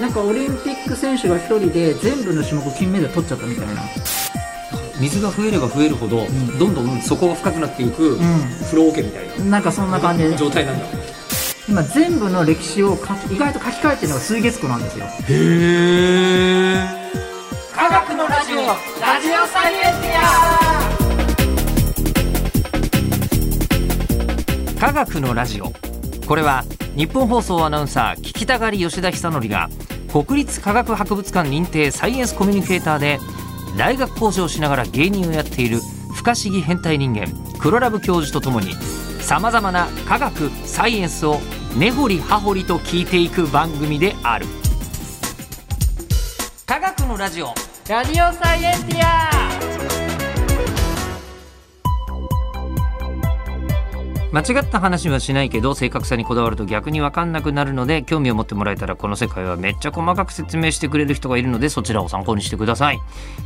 なんかオリンピック選手が1人で全部の種目金メダル取っちゃったみたいな水が増えれば増えるほど、んどんどん底が深くなっていく、んフローオケみたいななんかそんな感じで状態なんだ今全部の歴史を書き意外と書き換えてるのが水月湖なんですよへえ科学のラジオラジオサイエンティア科学のラジオこれは日本放送アナウンサー聞きたがり吉田久典が国立科学博物館認定サイエンスコミュニケーターで大学講師をしながら芸人をやっている不可思議変態人間黒ラブ教授とともにさまざまな科学サイエンスを根掘り葉掘りと聞いていく番組である科学のラジオラジオサイエンティア間違った話はしないけど正確さにこだわると逆に分かんなくなるので興味を持ってもらえたらこの世界はめっちゃ細かく説明してくれる人がいるのでそちらを参考にしてください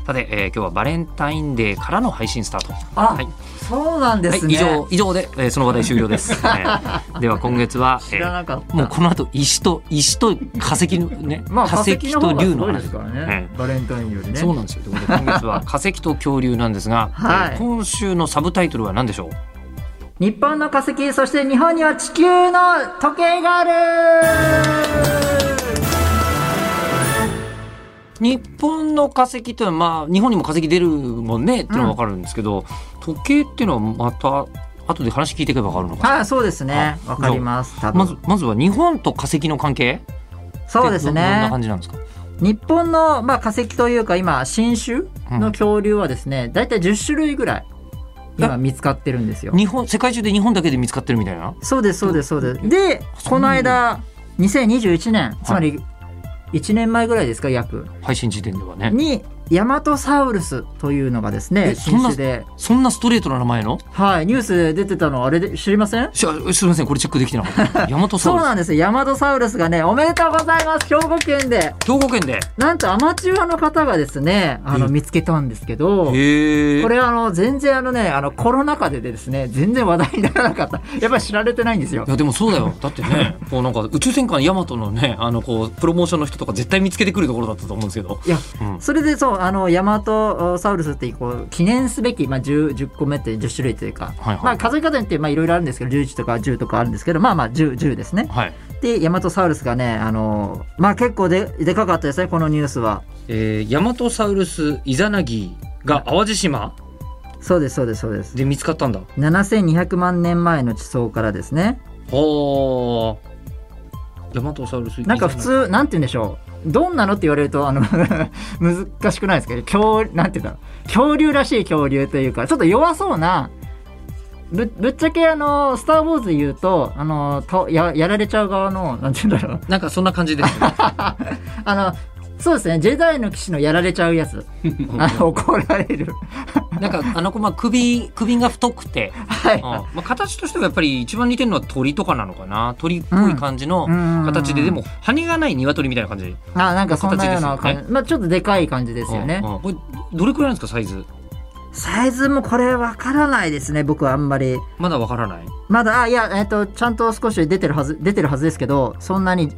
さて、えー今日はバレンタインデーからの配信スタートあ、はいそうなんではいすね、以上以上で、えーその話題終 了です、えーでは今月は、え知らーなかったもうこの後石と石と化石のね、 まあ化石の方がすごいで話すからね、バレンタインよりねそうなんですよということで今月は化石と恐竜なんですが、 はいえー今週のサブタイトルは何でしょう日本の化石そして日本には地球の時計がある日本の化石というのは、まあ、日本にも化石出るもんねっていうのは分かるんですけど、時計っていうのはまた後で話聞いていけば分かるのかはいそうですねわかります多なまず分まずは日本と化石の関係そうですってどどんなね感じなんですか日本の、まあ、化石というか今新種うんの恐竜はですね大体10種類ぐらいえ今見つかってるんですよ日本世界中で日本だけで見つかってるみたいなそうですそうですそうですでそこんのなに間2021年つまり1年前ぐらいですか約配信時点ではねにヤマトサウルスというのがですえねそん新な種でそんなストレートな名前のはいニュースで出てたのあれで知りませんしゃすみませんこれチェックできてなかった 大和サそうウルスなんですよヤマトサウルスがねおめでとうございます兵庫県で兵庫県でなんとアマチュアの方がですねあのえ見つけたんですけどへえこれあの全然あのねあのコロナ禍でですね全然話題にならなかった やっぱり知られてないんですよいやでもそうだよだっ てねこうなんか宇宙戦艦ヤマトのねあのこうプロモーションの人とか絶対見つけてくるところだったと思うんですけどいやうんそれでそうあのヤマトサウルスってこう記念すべき、まあ、10, 10個目って10種類というか、はいはいまあ、数え方によってまあいろいろあるんですけど11とか10とかあるんですけどまあまあ 10, 10ですねはいでヤマトサウルスがねあのまあ結構ででかかったですねこのニュースはえー、ヤマトサウルスイザナギが淡路島そうですそうですそうですで見つかったんだ。 7200万年前の地層からですねほー。ヤマトサウルスイザなナんギか普。通なんて言うんでしょうどんなのって言われるとあの 難しくないですけど恐なんて言うんだろう恐竜らしい恐竜というかちょっと弱そうなぶぶっちゃけあの「スター・ウォーズ」で言うとあのとややられちゃう側のなんて言うんだろうなんかそんな感 じです、ね。あのそうですね「ジェダイの騎士」のやられちゃうやつあの怒られるなんかあの子まあ首首が太くて、はい、うんまあ形としてはやっぱり一番似てるのは鳥とかなのかな。鳥っぽい感じのうん形で、でも羽がない鶏みたいな感じ。あなんかそんなような形です感よじ、まあちょっとでかい感じですよねうんうんこれどれくらいなんですかサイズ？サイズもこれわからないですね僕はあんまりまだわからない。まだあいやえっ、とちゃんと少し出てるはず出てるはずですけどそんなに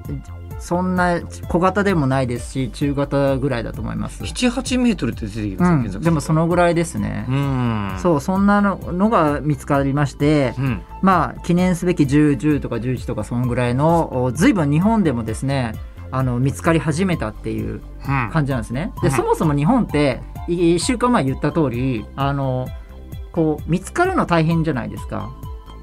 そんな小型でもないですし中型ぐらいだと思います七八メートルって出てきうますよ、検ん索でもそのぐらいですねう、ん。う。そうそんなののが見つかりましてうん。まあ記念すべき1010とか11とかそのぐらいのお随分日本でもですねあの見つかり始めたっていううん。感じなんですね。うでんそもそも日本って1週間前言った通りあのこう見つかるの大変じゃないですか。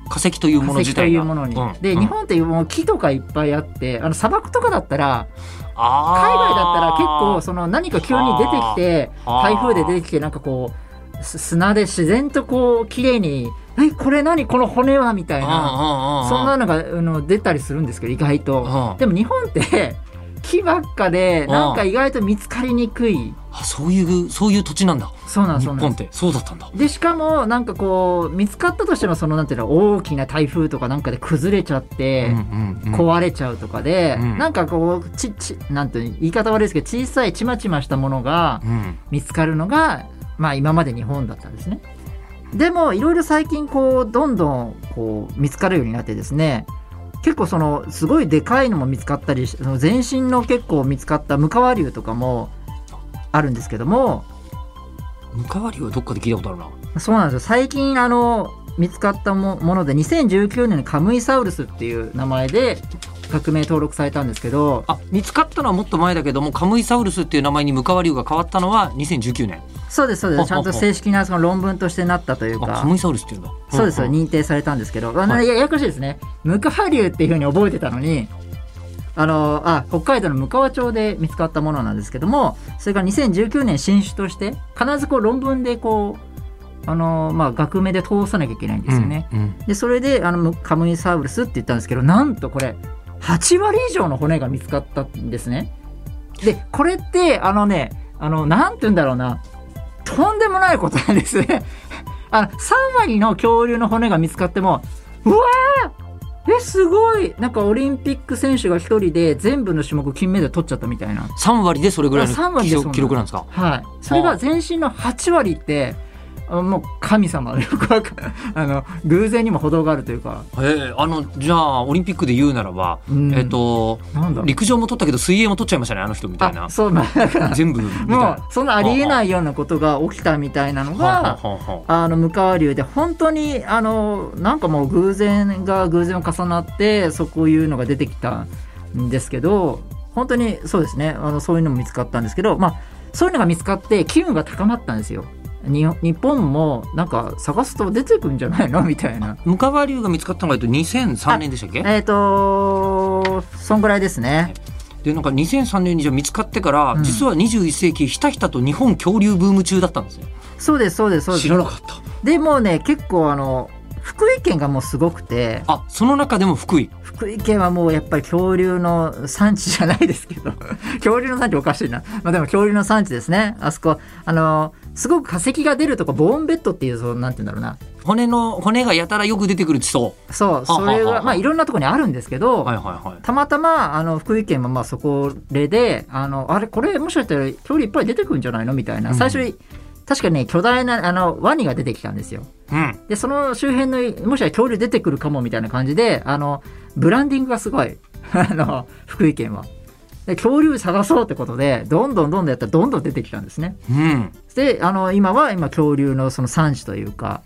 化石というもの化自石と体いが。うものに、うんで、うん日本ってもう木とかいっぱいあってあの砂漠とかだったらあー海外だったら結構その何か急に出てきてあー台風で出てきてなんかこうす砂で自然とこう綺麗に「えこれ何この骨は」みたいなそんなそのがあの出たりするんですけど意外うとんでも日本って木ばっかでんなんか意外と見つかりにくいあそういうそういう土地なんだそうなん日そうなん本ってそうだったんだでしかもなんかこう見つかったとしてもそのなんていうの大きな台風とかなんかで崩れちゃって、うんうんうん壊れちゃうとかで、うんなんかこうちちなんていうの言い方悪いですけど小さいちまちましたものがうん見つかるのが、まあ、今まで日本だったんですね。でもいろいろ最近こうどんどんこう見つかるようになってですね結構そのすごいでかいのも見つかったりしその全身の結構見つかったムカワ竜とかもあるんですけどもムカワリはどっかで聞いたことあるなそうなんですよ最近あの見つかったももので2019年にカムイサウルスっていう名前で革命登録されたんですけどあ見つかったのはもっと前だけどもカムイサウルスっていう名前にムカワリが変わったのは2019年そうですそうであすちゃんと正式なその論文としてなったというあかカムイサウルスっていうんだそうですんん認定されたんですけど、あのはいやややこしいですねムカハ竜っていうふうに覚えてたのにあのあ北海道のムカワ町で見つかったものなんですけどもそれが2019年新種として必ずこう論文でこうあの、まあ、学名で通さなきゃいけないんですよね、うんうんでそれであのムカムイサウルスって言ったんですけどなんとこれ8割以上の骨が見つかったんですねでこれってあのねあのなんて言うんだろうなとんでもないことなんですね あの3割の恐竜の骨が見つかってもうわーえすごいなんかオリンピック選手が1人で全部の種目金メダル取っちゃったみたいな3割でそれぐらいの3割記でそん録な記録なんですかはい、それが全身の8割ってあもう神様よくわかんあの偶然にも程があるというか、ええあのじゃあオリンピックで言うならば、うんえっ、となんだろう陸上も取ったけど水泳も取っちゃいましたねあの人みたいなあそうまあだから全部みたいもうな。そんなありえないようなことが起きたみたいなのはあはがあはああの向川流で本当にあのなんかもう偶然が偶然を重なってそこいうのが出てきたんですけど本当にそうですねあのそういうのも見つかったんですけどまあそういうのが見つかって機運が高まったんですよ。に日本もなんか探すと出てくんじゃないのみたいな。ムカワ流が見つかったのがえっと2003年でしたっけえっ、とそんぐらいですね。でなんか2003年にじゃあ見つかってから、うん実は21世紀ひたひたと日本恐竜ブーム中だったんですねそうですそうですそうです知。らなかったでもうね結構あの福井県がもうすごくてあその中でも福井福井県はもうやっぱり恐竜の産地じゃないですけ ど恐竜の産地おかしいな、まあ、でも恐竜の産地ですねあそこあのすごく化石が出るとこボーンベッドっていうそのなんて言うんだろうな骨の骨がやたらよく出てくる地層そうそれははははまあいろんなとこにあるんですけど、はいはいはいたまたまあの福井県はまあそこれであのあれこれもしかしたら恐竜いっぱい出てくるんじゃないのみたいな最初、に確かにね巨大なあのワニが出てきたんですよ。うんでその周辺のもしかしたら恐竜出てくるかもみたいな感じであのブランディングがすごい あの福井県はで恐竜探そうってことでどんどんどんどんやったらどんどん出てきたんですねうんであの今は今恐竜のその産地というか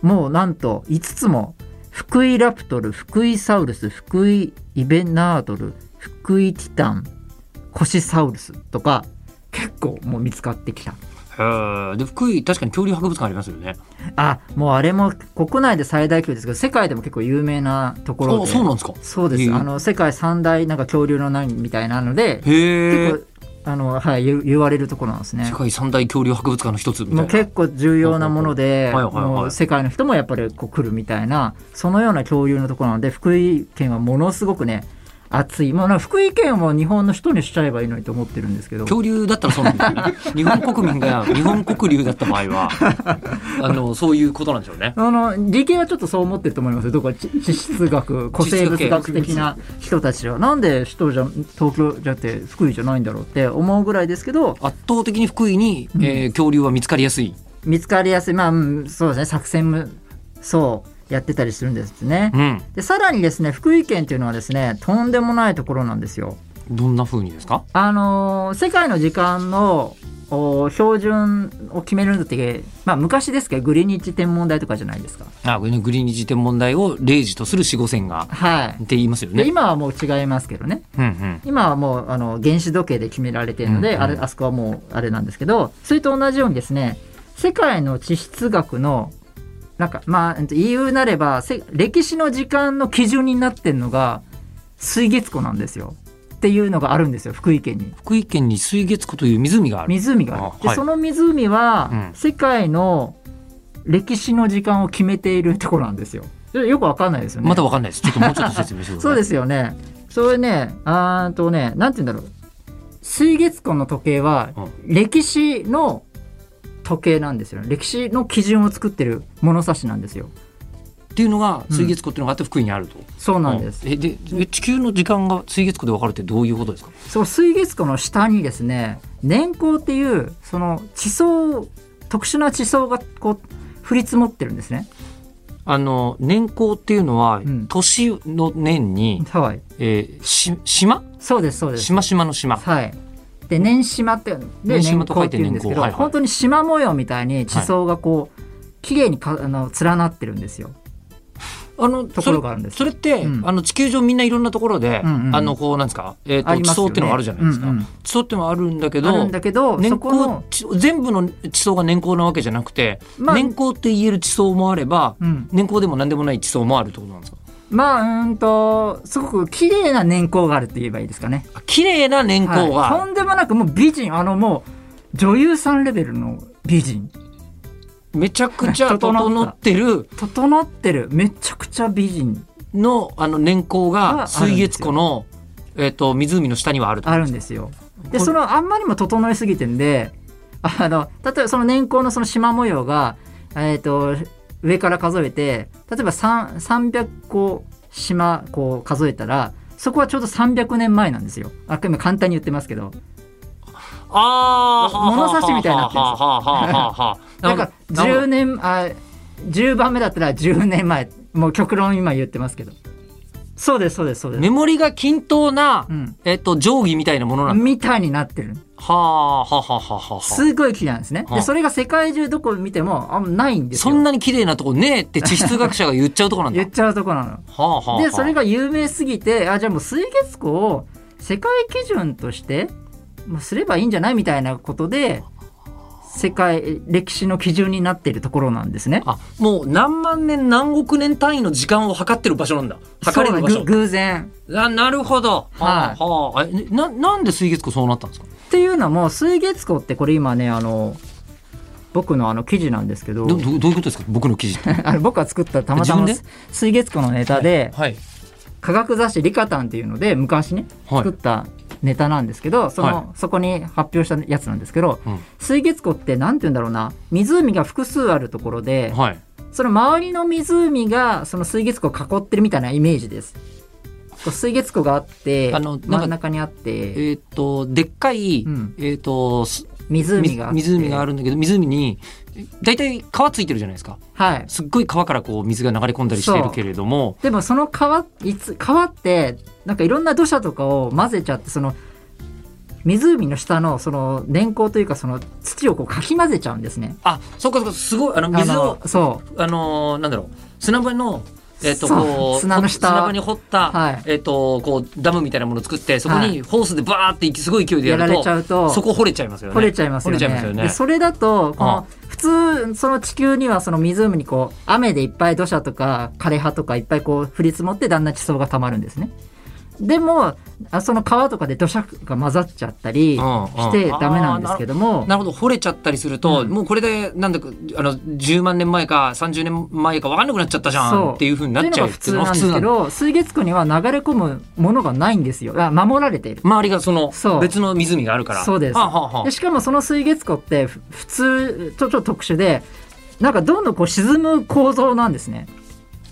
もうなんと5つも福井ラプトル福井サウルス福井イベナードル福井ティタンコシサウルスとか結構もう見つかってきたへーで福井確かに恐竜博物館ありますよねあもうあれも国内で最大級ですけど世界でも結構有名なところそでうそうなんですかそうです、へえあの世界三大なんか恐竜の何みたいなのでへえ結構あの、はい、言う言われるところなんですね世界三大恐竜博物館の一つみたもういな結構重要なもので、はいはいはいもう世界の人もやっぱりこう来るみたいなそのような恐竜のところなので福井県はものすごくね熱いもうなんか福井県を日本の人にしちゃえばいいのにと思ってるんですけど恐竜だったらそうなんで すよ日本国民が日本国竜だった場合はあのそういうことなんでしょうねあの理系はちょっとそう思ってると思いますよどこか地地質学古生物学的な人たちはなんで人じゃ東京じゃって福井じゃないんだろうって思うぐらいですけど圧倒的に福井に、えー恐竜は見つかりやすい、見つかりやすいまあうんそうですね作戦もそうやってたりするんですね。うん、でさらにですね福井県っていうのはですねとんでもないところなんですよ。どんな風にですかあのー世界の時間のお標準を決めるのって、まあ、昔ですけどグリニッジ天文台とかじゃないですか。あこれねグリーン時点問題を0時とする四五線がっはい。て言いますよでね。今はもう違いますけどね。うんうん、今はもうあの原子時計で決められているので、うんうんあれあそこはもうあれなんですけどそれと同じようにですね世界の地質学のなんかまあえっと言うなればせ歴史の時間の基準になってるのが水月湖なんですよっていうのがあるんですよ福井県に福井県に水月湖という湖がある。湖があるあで、はいその湖は、うん世界の歴史の時間を決めているところなんですよでよくわかんないですよねまだわかんないです。ちょっともうちょっと説明してくださそい。 うですよね。それね、あーんとね、なんて言うんだろう。水月湖の時計はうん、歴史の時計なんですよね。歴史の基準を作ってる物差しなんですよ。っていうのが水月湖っていうのがあって福井にあると。そうなんです。えでえ地球の時間が水月湖でわかるってどういうことですか。その水月湖の下にですね、年光っていう、その地層を、特殊な地層がこう、降り積もってるんですね。あの年功っていうのは、ん年の年に、はいえーし島そうですそうです島島の島はいで年島ってで年年島と書功いってていうんですけど、年功はいはい本当に縞模様みたいに地層がこう、綺麗にかあの連なってるんですよ。あのところがあるんですそれそれって、うんあの地球上みんないろんなところで、うんうんあのこうなんですか、えー、あとり地ます層よねっていうのがあるじゃないですか、うんうん地層っていうのはあるんだけあるどんだけど年そこ功の、地全部の地層が年功なわけじゃなくて、まあ年功って言える地層もあれば、うん、年功でも何でもない地層もあるってことなんですかまあうーんとすごく綺麗な年功があるって言えばいいですかね。あ綺麗な年はい功が、とんでもなくもう美人あのもう女優さんレベルの美人めちゃくちゃ整整っってる整ってるめちゃくちゃ美人のあの年功ががあるん水ですよ月湖の、えー、と湖の下にはあるとあるんですよ。でこそのあんまりも整いすぎてんであの例えばその年功のその縞模様が、えー、と上から数えて例えば3 300個島こう数えたらそこはちょうど300年前なんですよ。あ今簡単に言ってますけどあー物差しみたいになってるんですよはあはあはあはあはあだからなるほど10年あ10番目だったら10年前もう極論今言ってますけどそうですそうですそうです、メモリが均等な、うん、えっと、定規みたいなものなんだ。みたいになってるはあ、はあはあはあはあ。すごい綺麗なんですねはあでそれが世界中どこ見てもあないんですよそんなに綺麗なとこねえって地質学者が言っちゃうとこなんだ。 言っはちゃうとこなあはあはのあでそれが有名すぎてあじゃあもう水月湖を世界基準としてもうすればいいんじゃないみたいなことで世界歴史の基準になっているところなんですねあ、もう何万年何億年単位の時間を測ってる場所なんだ。測れる場そう所ぐ。偶然あ、なるほど。はいあはあ。えな、なんで水月湖そうなったんですかっていうのも水月湖ってこれ今ねあの僕のあの記事なんですけどど、どどういうことですか僕の記事って。 あの僕が作ったたまたま自分水月湖のネタで、はい。科学雑誌「リカタン」っていうので昔ねはい作ったネタなんですけど、そのはいそこに発表したやつなんですけど、うん水月湖って何て言うんだろうな湖が複数あるところで、はい。その周りの湖がその水月湖を囲ってるみたいなイメージです。こう水月湖があってあのなんか真ん中にあっえてーっと、でっかい、うんえーっと、す湖があって湖があるんだけど、湖に、大体川ついてるじゃないですか。はい、すっごい川からこう水が流れ込んだりしてるけれどもでもその川いつ川ってなんかいろんな土砂とかを混ぜちゃってその湖の下のその年功というかその土をこうかき混ぜちゃうんですね。あそうかそうかすごいあの水をあのそうあのーなんだろう砂場のえっ、とそうこう砂の下砂場に掘った、はいえっ、とこうダムみたいなものを作ってそこはにいホースでバーっていきすごい勢いでややらるとれちゃうとそこ掘れちゃいますよね掘れちゃいますよ掘れちゃいますよね。ねでそれだとこああの普通その地球にはその湖にこう雨でいっぱい土砂とか枯れ葉とかいっぱいこう降り積もってだんだん地層がたまるんですね。でもあその川とかで土砂が混ざっちゃったりうんうんしてダメなんですけども、なるほど掘れちゃったりすると、うんもうこれでなんだかあの10万年前か30年前か分かんなくなっちゃったじゃそんっていうふうになっちゃうってていいううののがが普普通通ななんですけのど水月湖には流れ込むものがないんですよあ守られている周りがそのそう別の湖があるからそうですはあはあはあでしかもその水月湖ってふ普通ちょちょっと特殊でなんかどんどんこう沈む構造なんですね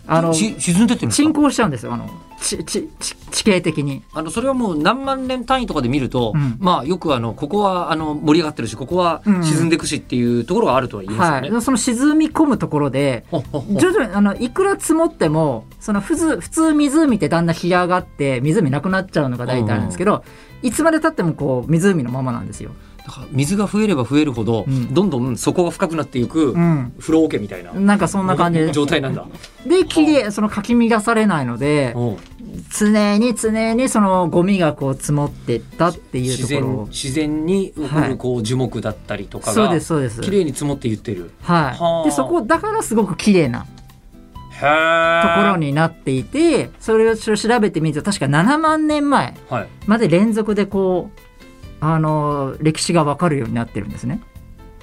あのし沈んでってるんですか沈降しちゃうんですよあのちちち地形的にあのそれはもう何万年単位とかで見ると、うんまあよくあのここはあの盛り上がってるしここはうん沈んでくしっていうところがあるとは言いまはすいよね。でその沈み込むところでほっほっほ徐々にあのいくら積もってもその普通普通湖ってだんだん干上がって湖なくなっちゃうのが大体あるんですけど、いつまでたってもこう湖のままなんですよ、だから水が増えれば増えるほど、うんどんどん底が深くなっていくうん、風呂桶みたいな、なんかそんな感じで状態なんだ。で綺麗そのかき乱されないのでうん常に常にそのゴミがこう積もってったってい自うところ然を自然に起こはるいこう樹木だったりとかが、そうですそうです綺麗に積もって言ってる。はあはいでそこだからすごく綺麗なへーところ。になっていてそれを調べてみると確か7万年前はい。まで連続でこうあの歴史が分かるようになってるんですね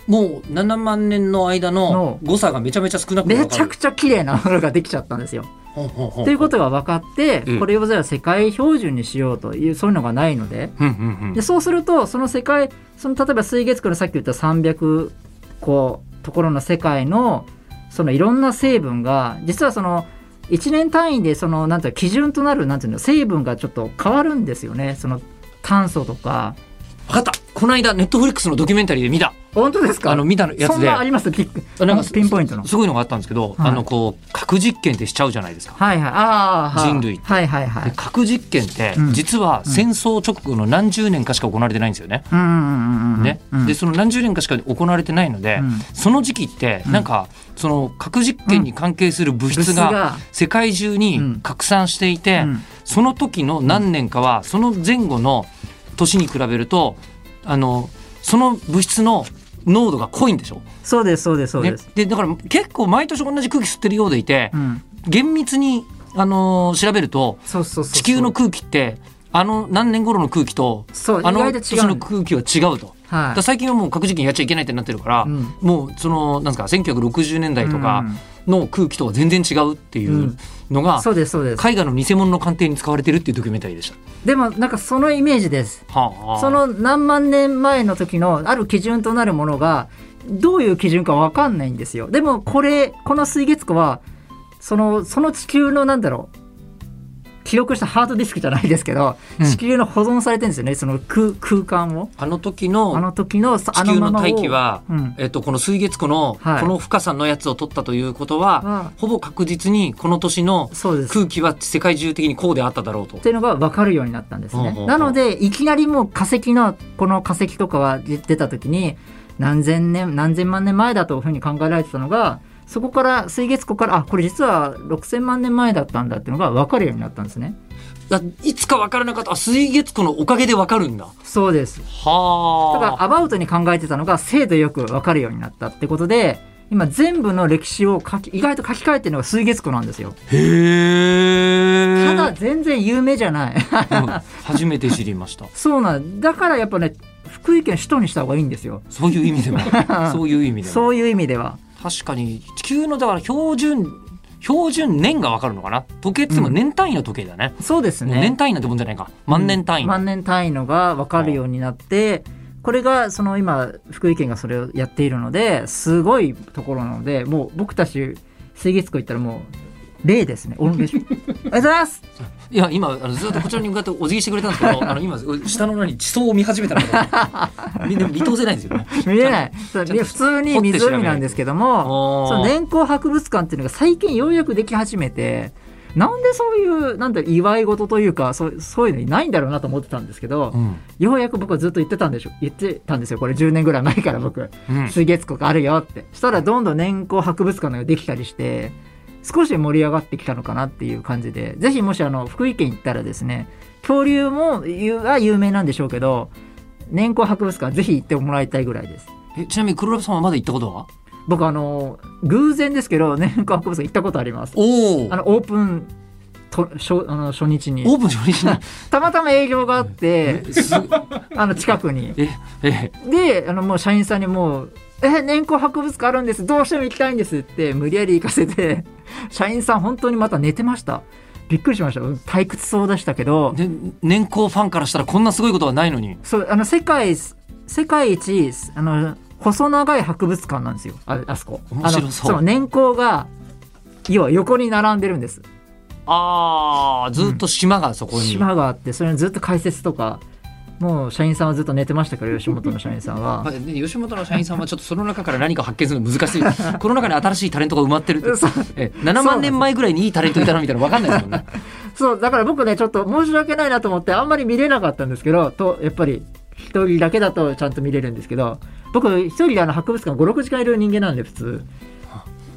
もう7万年の間のの誤差がめちゃめちゃ少なくなる。めちゃくちゃ綺麗なものができちゃったんですよほうほうほうということが分かってうんこれをじゃあ世界標準にしようというそういうのがないのでうんうんうんでそうするとその世界その例えば水月湖のさっき言った300個ところの世界のそのいろんな成分が実はその1年単位でそのなんていうの基準となるなんていうの成分がちょっと変わるんですよねその炭素とか分かったこの間ネットフリックスのドキュメンタリーで見た本当ですかあの見たやつでそんなありますピックあなんのかピンポイントのすごいのがあったんですけど、はいあのこう核実験ってしちゃうじゃないですか。はいはいあーはー人類はいはいはでい核実験ってうん実は戦争直後の何十年かしか行われてないんですよね。うんうんうんうんねうんでその何十年かしか行われてないので、うんその時期ってうんなんかその核実験に関係する物質物質がが世界中に拡散していて、うんその時の何年かはその前後の年に比べるとあのその物質の濃度が濃いんでしょそうですそうですそうねです、でだから結構毎年同じ空気吸ってるようでいてう、ん厳密に、あのー調べるとそうそうそうそう地球の空気ってあの何年頃の空気とそうあ意の外と違年うのんだ空気は違うと。だはから最近はもう核実験やっちゃいけないってなってるから、うんもうそのなんですか1960年代とかの空気とは全然違うっていうのが、いそうですそうです絵画の偽物の鑑定に使われてるっていうドキュメンタリーでしでもなんかそのイメージですた。はあはあその何万年前の時のある基準となるものがどういう基準かわかんないんですよでもこれこの水月湖はそのその地球のなんだろう記録したハードディスクじゃないですけど、うん地球の保存されてるんですよねその空空間をあの時あのの時の地地球の大気は、うんえっと、この水月湖のはいこの深さのやつを取ったということは、はほぼ確実にこの年のそうですっ空気は世界中的にこうであっただろうと。ていうのが分かるようになったんですほうねほうほうなのでいきなりもう化石のこの化石とかが出た時に何千年何千万年前だというふうに考えられてたのがそこから水月湖からあこれ実は6,000万年前だったんだっていうのが分かるようになったんですねだいつか分からなかったあ水月湖のおかげで分かるんだ。そうですだかはらアバウトに考えてたのが精度よく分かるようになったってことで今全部の歴史を書き意外と書き換えてるのが水月湖なんですよへえ。ただ全然有名じゃない うん初めて知りました。そうなんだからやっぱね福井県首都にした方がいいんですよそういう意味 でも、そういう意味でも。そういう意味では確かに地球のだから標準標準年が分かるのかな。時計って言っても年単位の時計だね。そうですもう年ね単位なんてもんじゃないか。万年単位。うん万年単位のが分かるようになってこれがその今福井県がそれをやっているのですごいところなのでもう僕たち水月湖行ったらもう例ですね御礼お めでとうございますいや今あのずっとこちらに向かってお辞儀してくれたんです けど、あの今下の裏に地層を見始めたのが みんな見通せないんですよね。見えないそうちゃんとで普通に湖なんですけどもおーその年功博物館っていうのが最近ようやくでき始めてなんでそういうなんだろう祝い事というかそうそういうのいないんだろうなと思ってたんですけど、うんようやく僕はずっと言ってたんでしょ言ってたんですよこれ10年ぐらい前から僕うん水月湖があるよってしたらどんどん年功博物館のができたりして少し盛り上がってきたのかなっていう感じでぜひもしあの福井県行ったらですね恐竜も有は有名なんでしょうけど年功博物館ぜひ行ってもらいたいぐらいですえちなみに黒ラブさんはまだ行ったことは僕あの偶然ですけど年功博物館行ったことありますおおあのオープンと初あの初日オにープン初日にたまたま営業があってあの近くにええであのもう社員さんにもう「え年功博物館あるんですどうしても行きたいんです」って無理やり行かせて 社員さん本当にまた寝てましたびっくりしましたうん退屈そうでしたけどで年功ファンからしたらこんなすごいことはないのにそうあの世界世界一あの細長い博物館なんですよああそこ面白そうあのの年功が要は横に並んでるんですあーずっと島がそこに、島があってそれにずっと解説とかもう社員さんはずっと寝てましたから吉本の社員さんはまあね吉本の社員さんはちょっとその中から何か発見するの難 しいこの中に新しいタレントが埋まってるってそうえ7万年前ぐらいにいいタレントいたなみたいなの分かんないですもんねそう、だから僕ね、ちょっと申し訳ないなと思って、あんまり見れなかったんですけど、と、やっぱり、一人だけだとちゃんと見れるんですけど、僕、一人であの、博物館5、6時間いる人間なんで、普通。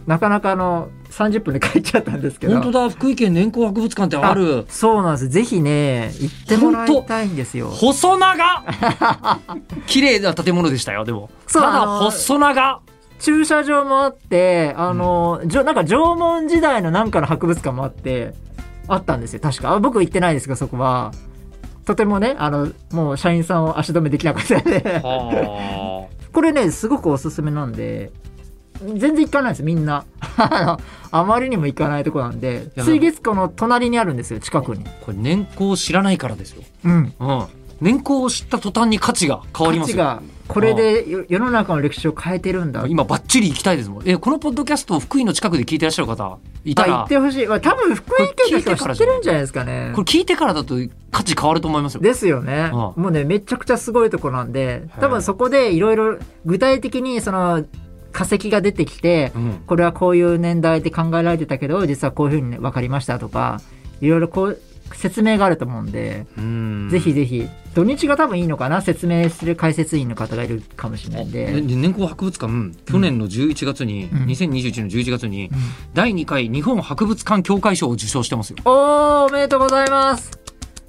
なかなかあの、30分で帰っちゃったんですけど。本当だ福井県年功博物館ってあるそうなんです。ぜひね、行ってもらいたいんですよ。細長綺麗な建物でしたよでもそうたあだの細長駐車場もあって、あの、じょなんか縄文時代のなんかの博物館もあって、あったんですよ、確か。あ僕行ってないですけど、そこは。とてもね、あの、もう社員さんを足止めできなかったので。はあこれねすごくおすすめなんで全然行かないですみんな あのあまりにも行かないとこなんでや水月湖の隣にあるんですよ近くにこれ年功を知らないからですようんうん、年功を知った途端に価値が変わります価値よがこれでよ世の中の歴史を変えてるんだ今バッチリ行きたいですもんえこのポッドキャストを福井の近くで聞いてらっしゃる方いたあ行らってほしいまあ多分福井県の人は知ってるんじゃないですかねこれ聞いてからだと価値変わると思いますよですよね、ああもうねめちゃくちゃすごいとこなんで多分そこでいろいろ具体的にその化石が出てきてうんこれはこういう年代で考えられてたけど実はこういうふうに、ね、分かりましたとかいろいろこう説明があると思うんで、うんぜひぜひ土日が多分いいのかな説明する解説員の方がいるかもしれないんで、ねで年功博物館去年の11月んに、2021の11月に、うん第2回日本博物館協会賞を受賞してますよおーおめでとうございます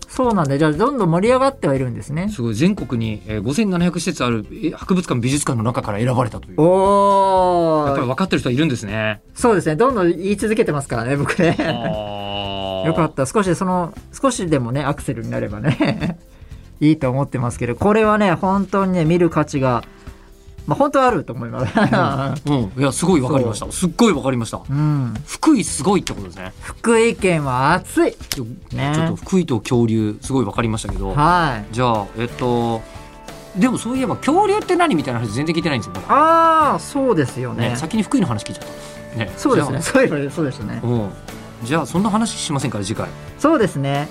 そうなんだじゃあどんどん盛り上がってはいるんですねすごい全国にえー5700施設あるえ博物館美術館の中から選ばれたというおやっぱりー分かってる人はいるんですねそうですねどんどん言い続けてますからね僕ねよ よかった。少しその、少しでもね、アクセルになればね、 いいと思ってますけど、これはね、本当にね、見る価値が、まあ、本当はあると思います。うん、いやすごい分かりましたすっごい分かりました うん。福井すごいってことですね福井県は暑い。ちょねちょっと福井と恐竜すごい分かりましたけどはい。じゃあえっとでもそういえば恐竜って何みたいな話全然聞いてないんですよ、僕ああ、そうですよね。ね、先に福井の話聞いちゃった、ね、そうですじゃね。あそういえばそうでしたね。うんじゃあそんな話しませんから次回そうですね。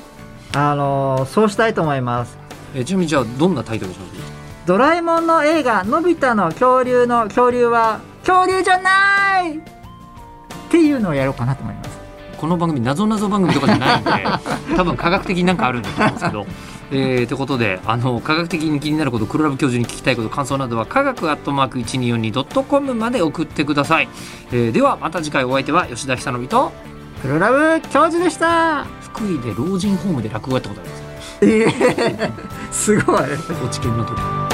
あのーそうしたいと思います。えちなみにじゃあどんなタイトルにしますドラえもんの映画、のび太の恐竜の恐竜は、恐竜じゃないっていうのをやろうかなと思います。この番組謎謎番組とかじゃないん で多分科学的になんかあるんだと思うんですけど。えー、ということであの科学的に気になること黒ラブ教授に聞きたいこと感想などは科学アットマーク 1242.com まで送ってください、えーではまた次回お相手は吉田久典と黒ラブ教授でした 福井で老人ホームで落語やったことありますええすごい。落ち研の時